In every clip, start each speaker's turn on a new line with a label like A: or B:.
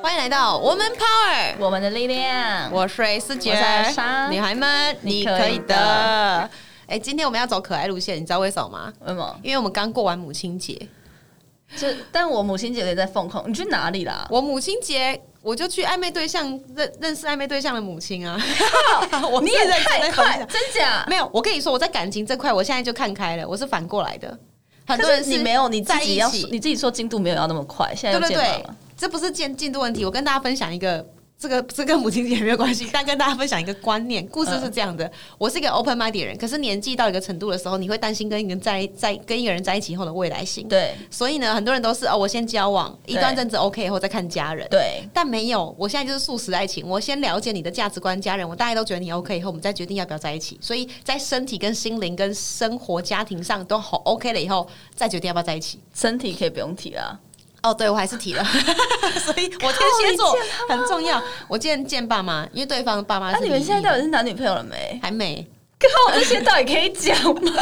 A: 欢迎来到 Woman Power，
B: 我们的力量。
A: 我是思杰
B: 我是艾莎，
A: 女孩们，你
B: 你
A: 可
B: 可
A: 以
B: 以的
A: 的。哎、今天我们要走可爱路线，你知道为什么吗？
B: 为什么？
A: 因为我们刚过完母亲节，
B: 这但我母亲节也在凤控，你去哪里啦？
A: 我母亲节我就去暧昧对象认认识暧昧对象的母亲啊。 我
B: 你
A: 是
B: 也
A: 认真
B: 太
A: 在
B: 快，
A: 分
B: 真假
A: 享？没有，我跟你说，我在感情这块，我现在就看开了，我是反过来的。很多
B: 可
A: 人
B: 是
A: 是
B: 你没有你自
A: 在
B: 己
A: 一
B: 要
A: 起
B: 你自己说进度没有要那么快，现在
A: 对
B: 又
A: 对
B: 见
A: 对
B: 面了。，
A: 这不是进进度问题，我跟大家分享一个。这个这跟母亲节没有关系，但跟大家分享一个观念。故事是这样的：我是一个 open mind 的人，可是年纪到一个程度的时候，你会担心跟一个人在在跟一个人在一起后的未来性。
B: 对
A: 所以呢，很多人都是哦，我先交往一
B: 对
A: 段阵子 OK 以后再看家人。
B: 对
A: 但没有，我现在就是素食爱情。我先了解你的价值观、家人，我大概都觉得你 OK 以后，我们再决定要不要在一起。所以在身体、跟心灵、跟生活、家庭上都好 OK 了以后，再决定要不要在一起。
B: 身体可以不用提啦。
A: 哦，对，我还是提了， 所以我天蝎座很重要。我今天见爸妈，因为对方的爸妈
B: 那
A: 是
B: 你们
A: 离异
B: 现在到底是男女朋友了没？
A: 还没？
B: 靠，这些到底可以讲吗？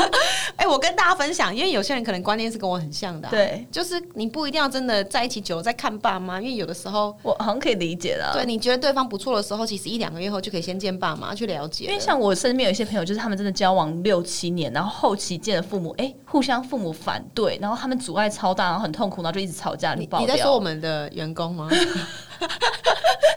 A: 哎、我跟大家分享，因为有些人可能观念是跟我很像的、，啊
B: 对
A: 就是你不一定要真的在一起久了再看爸妈，因为有的时候。
B: 我好像可以理解的啊。
A: 对，你觉得对方不错的时候，其实一两个月后就可以先见爸妈去了解了。
B: 因为像我身边有一些朋友，就是他们真的交往六七年，然后后期见了父母，哎、互相父母反对，然后他们阻碍超大，然后很痛苦，然后就一直吵架，
A: 你
B: 爆
A: 你
B: 掉。
A: 在说我们的员工吗？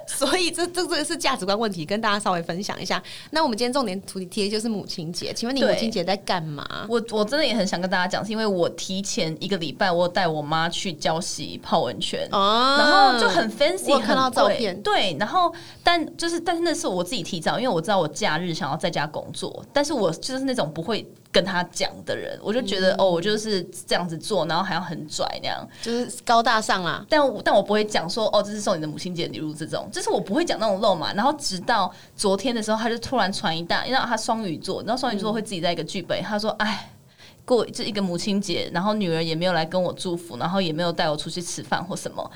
A: 所以这这这个是价值观问题，跟大家稍微分享一下。那我们今天重点主题就是母亲节，请问你母
B: 对
A: 亲节在干嘛？
B: 我我真的也很想跟大家讲，是因为我提前一个礼拜，我有带我妈去礁溪泡温泉。
A: 哦
B: 然后就很 fancy，
A: 我有看到
B: 很贵
A: 照片
B: 对，然后但就是但是那是我自己提早，因为我知道我假日想要在家工作，但是我就是那种不会跟他讲的人，我就觉
A: 嗯
B: 得、哦，我就是这样子做，然后还要很拽那样，
A: 就是高大上啦。
B: 但我但我不会讲说哦，这是送你的母亲节礼物这种，就是我不会讲那种肉麻。然后直到昨天的时候，他就突然传一大，因为他双鱼座，你知道双鱼座
A: 嗯
B: 会自己在一个剧本，他说哎。过这一个母亲节，然后女儿也没有来跟我祝福，然后也没有带我出去吃饭或什 么，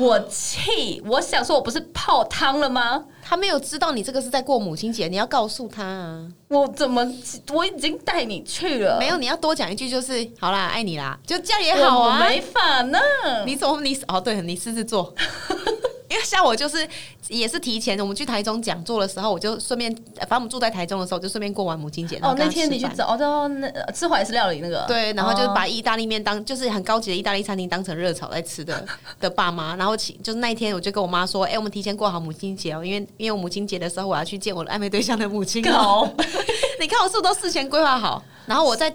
B: 我气！我想说，我不是泡汤了吗？
A: 他没有知道你这个是在过母亲节，你要告诉他啊。
B: 我怎么我已经带你去了？
A: 没有，你要多讲一句，就是好啦，爱你啦，就这样也好啊
B: 我。没法呢。
A: 你怎么你哦？对，你狮子座。 因为像我就是也是提前，我们去台中讲座的时候，我就顺便，反正我们住在台中的时候，就顺便过完母亲节。然
B: 哦
A: 后，跟
B: 那
A: 他
B: 天你
A: 吃
B: 去
A: 饭
B: 找哦，那吃怀石料理那个
A: 对，然后就是
B: 哦
A: 把意大利面当就是很高级的意大利餐厅当成热炒在吃
B: 哦
A: 的的爸妈，然后请就是那一天我就跟我妈说，哎、我们提前过好母亲节哦，因为因为我母亲节的时候我要去见我的暧昧对象的母亲哦。
B: 搞
A: 你看我是不是都事前规划好？然后我在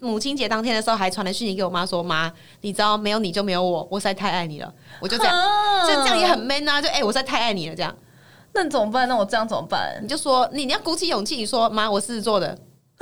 A: 母亲节当天的时候还传了讯息给我妈说，妈，你知道没有你就没有我，我实在太爱你了，我就这 样，
B: 啊
A: 这这样也很 man 啊，就哎、我实在太爱你了这样。
B: 那你怎么办？那我这样怎么办？
A: 你就说你你要鼓起勇气，你说妈，我狮子座的。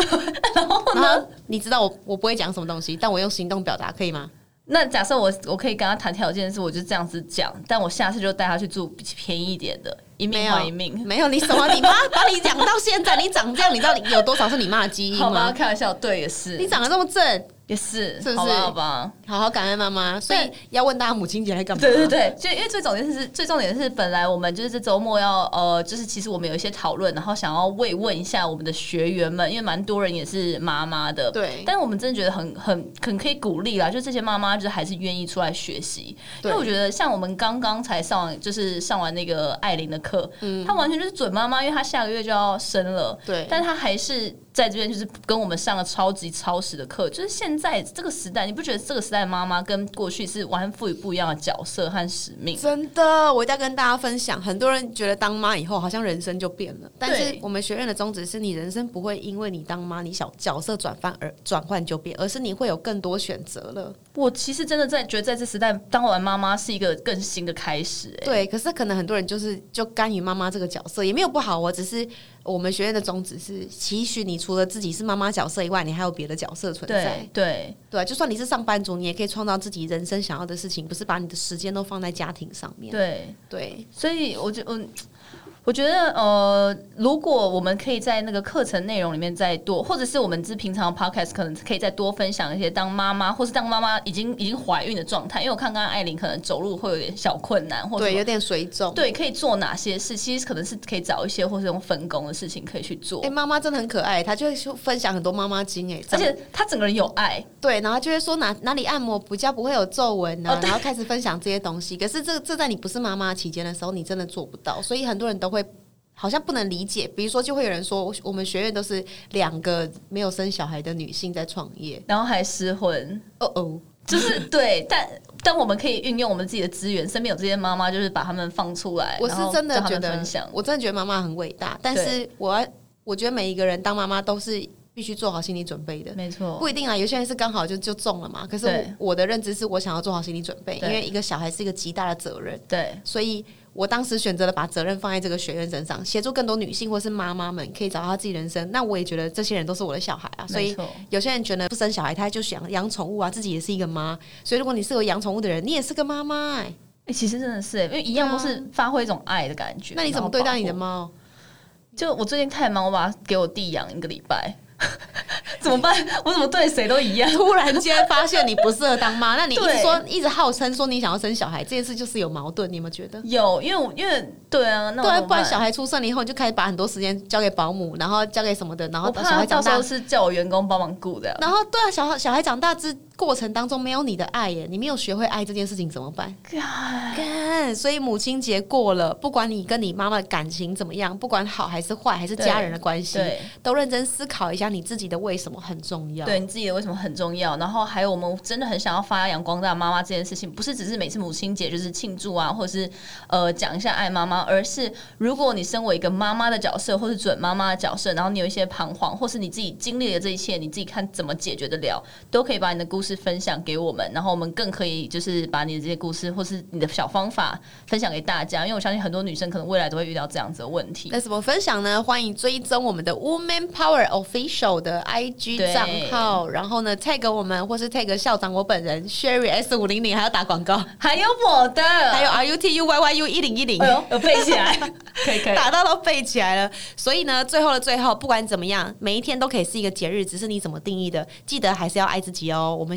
B: 然后
A: 然
B: 呢？
A: 后你知道我我不会讲什么东西，但我用行动表达可以吗？
B: 那假设我我可以跟他谈条件是，我就这样子讲，但我下次就带他去住便宜一点的，一
A: 没
B: 命
A: 有
B: 换一命。
A: 没有你什么？你妈把你养到现在，你长这样，你知道你有多少是你妈的基因
B: 好吧，
A: 吗？
B: 开玩笑，对，也
A: 你
B: 是，
A: 长得这么正，
B: 也是，
A: 是不是
B: 好吧，好吧，
A: 好好感恩妈妈。所以
B: 对
A: 要问大家母亲节来干嘛？
B: 对对对，就因为最重点是，最重点是，本来我们就是这周末要呃，就是其实我们有一些讨论，然后想要慰问一下我们的学员们，因为蛮多人也是妈妈的，
A: 对
B: 但是我们真的觉得很很很可以鼓励啦，就这些妈妈就是还是愿意出来学习，因
A: 对
B: 为我觉得像我们刚刚才上就是上完那个艾琳的课，她完全就是准妈妈，因为她下个月就要生了，
A: 嗯对
B: 但她还是在这边就是跟我们上了超级超时的课，就是现在这个时代，你不觉得这个时代的妈妈跟过去是完全赋予不一样的角色和使命？
A: 真的，我一定要跟大家分享。很多人觉得当妈以后好像人生就变了，但是
B: 对
A: 我们学院的宗旨是你人生不会因为你当妈，你小角色转换而转换就变，而是你会有更多选择了。
B: 我其实真的在觉得，在这时代当完妈妈是一个更新的开始、欸，
A: 对，可是可能很多人就是就甘于妈妈这个角色，也没有不好哦。只是我们学院的宗旨是期许你除了自己是妈妈角色以外，你还有别的角色存在
B: 对。对
A: 对，啊就算你是上班族，你也可以创造自己人生想要的事情，不是把你的时间都放在家庭上面。
B: 对，
A: 对，
B: 所以我就嗯。我觉得呃，如果我们可以在那个课程内容里面再多，或者是我们是平常 podcast 可能可以再多分享一些当妈妈或是当妈妈已经已经怀孕的状态，因为我看刚刚艾琳可能走路会有点小困难，或者
A: 对，有点水肿。
B: 对可以做哪些事，其实可能是可以找一些或是用分工的事情可以去做
A: 哎、，妈妈真的很可爱，她就会分享很多妈妈经哎，
B: 而且她整个人有爱，
A: 对，然后就会说哪哪里按摩比较不会有皱纹 呢、
B: 哦对
A: 然后开始分享这些东西。可是这这在你不是妈妈期间的时候，你真的做不到，所以很多人都会好像不能理解。比如说，就会有人说，我我们学院都是两个没有生小孩的女性在创业。
B: 然后还失婚，
A: 哦哦，
B: 就是对，但但我们可以运用我们自己的资源，身边有这些妈妈，就是把她们放出来，
A: 我是
B: 哎然后
A: 真的
B: 叫她
A: 觉
B: 们
A: 得
B: 分享，，
A: 我真的觉得妈妈很伟大。但是我要，我觉得每一个人当妈妈都是必须做好心理准备的。
B: 没错，
A: 不一定啊，有些人是刚好就就中了嘛。可是
B: 对
A: 我我的认知是我想要做好心理准备，因
B: 对
A: 为一个小孩是一个极大的责任。
B: 对
A: 所以我当时选择了把责任放在这个学院身上，协助更多女性或是妈妈们可以找到她自己人生。那我也觉得这些人都是我的小孩啊，所
B: 没
A: 以
B: 错，
A: 有些人觉得不生小孩，他就想养宠物啊，自己也是一个妈。所以如果你是有养宠物的人，你也是个妈妈、哎，
B: 哎、其实真的是、因为一样都是发挥一种爱的感觉。
A: 啊那你怎么
B: 然后
A: 对待你的
B: 保护？
A: 猫？
B: 就我最近太忙，我把它给我弟养一个礼拜， 怎么办？我怎么对谁都一样？
A: 突然间发现你不适合当妈，那你一直
B: 对
A: 说一直号称说你想要生小孩，这件事就是有矛盾，你有没有觉得？
B: 有，因为我因为对啊，那我
A: 对，
B: 怎么
A: 不然
B: 办
A: 小孩出生了以后，你就开始把很多时间交给保姆，然后交给什么的，然后
B: 我
A: 小
B: 怕
A: 孩
B: 到
A: 长
B: 时
A: 大
B: 候是叫我员工帮忙顾的。
A: 然后对啊，小孩小孩长大之过程当中没有你的爱耶，你没有学会爱这件事情怎么办？干，所以母亲节过了，不管你跟你妈妈的感情怎么样，不管好还是坏，还是家人的关系，
B: 对
A: 都认真思考一下你自己的为什么很重要。
B: 对，你自己的为什么很重要？然后还有我们真的很想要发扬光大妈妈这件事情，不是只是每次母亲节就是庆祝啊，或者是呃讲一下爱妈妈，而是如果你身为一个妈妈的角色，或是准妈妈的角色，然后你有一些彷徨，或是你自己经历了这一切，你自己看怎么解决得了，都可以把你的故事分享给我们，然后我们更可以就是把你的这些故事或是你的小方法分享给大家，因为我相信很多女生可能未来都会遇到这样子的问题。
A: 那怎么分享呢？欢迎追踪我们的 Woman Power Official 的 IG
B: 对
A: 账号，然后呢 tag 我们，或是 tag 校长我本人 Sherry S 五零零，还要打广告，
B: 还有我的，
A: 还有 R U T U Y Y U 一零一零
B: 哎。呦，有背起来， 可以可以。
A: 打到都背起来了。所以呢，最后的最后，不管怎么样，每一天都可以是一个节日，只是你怎么定义的。记得还是要爱自己哦。我们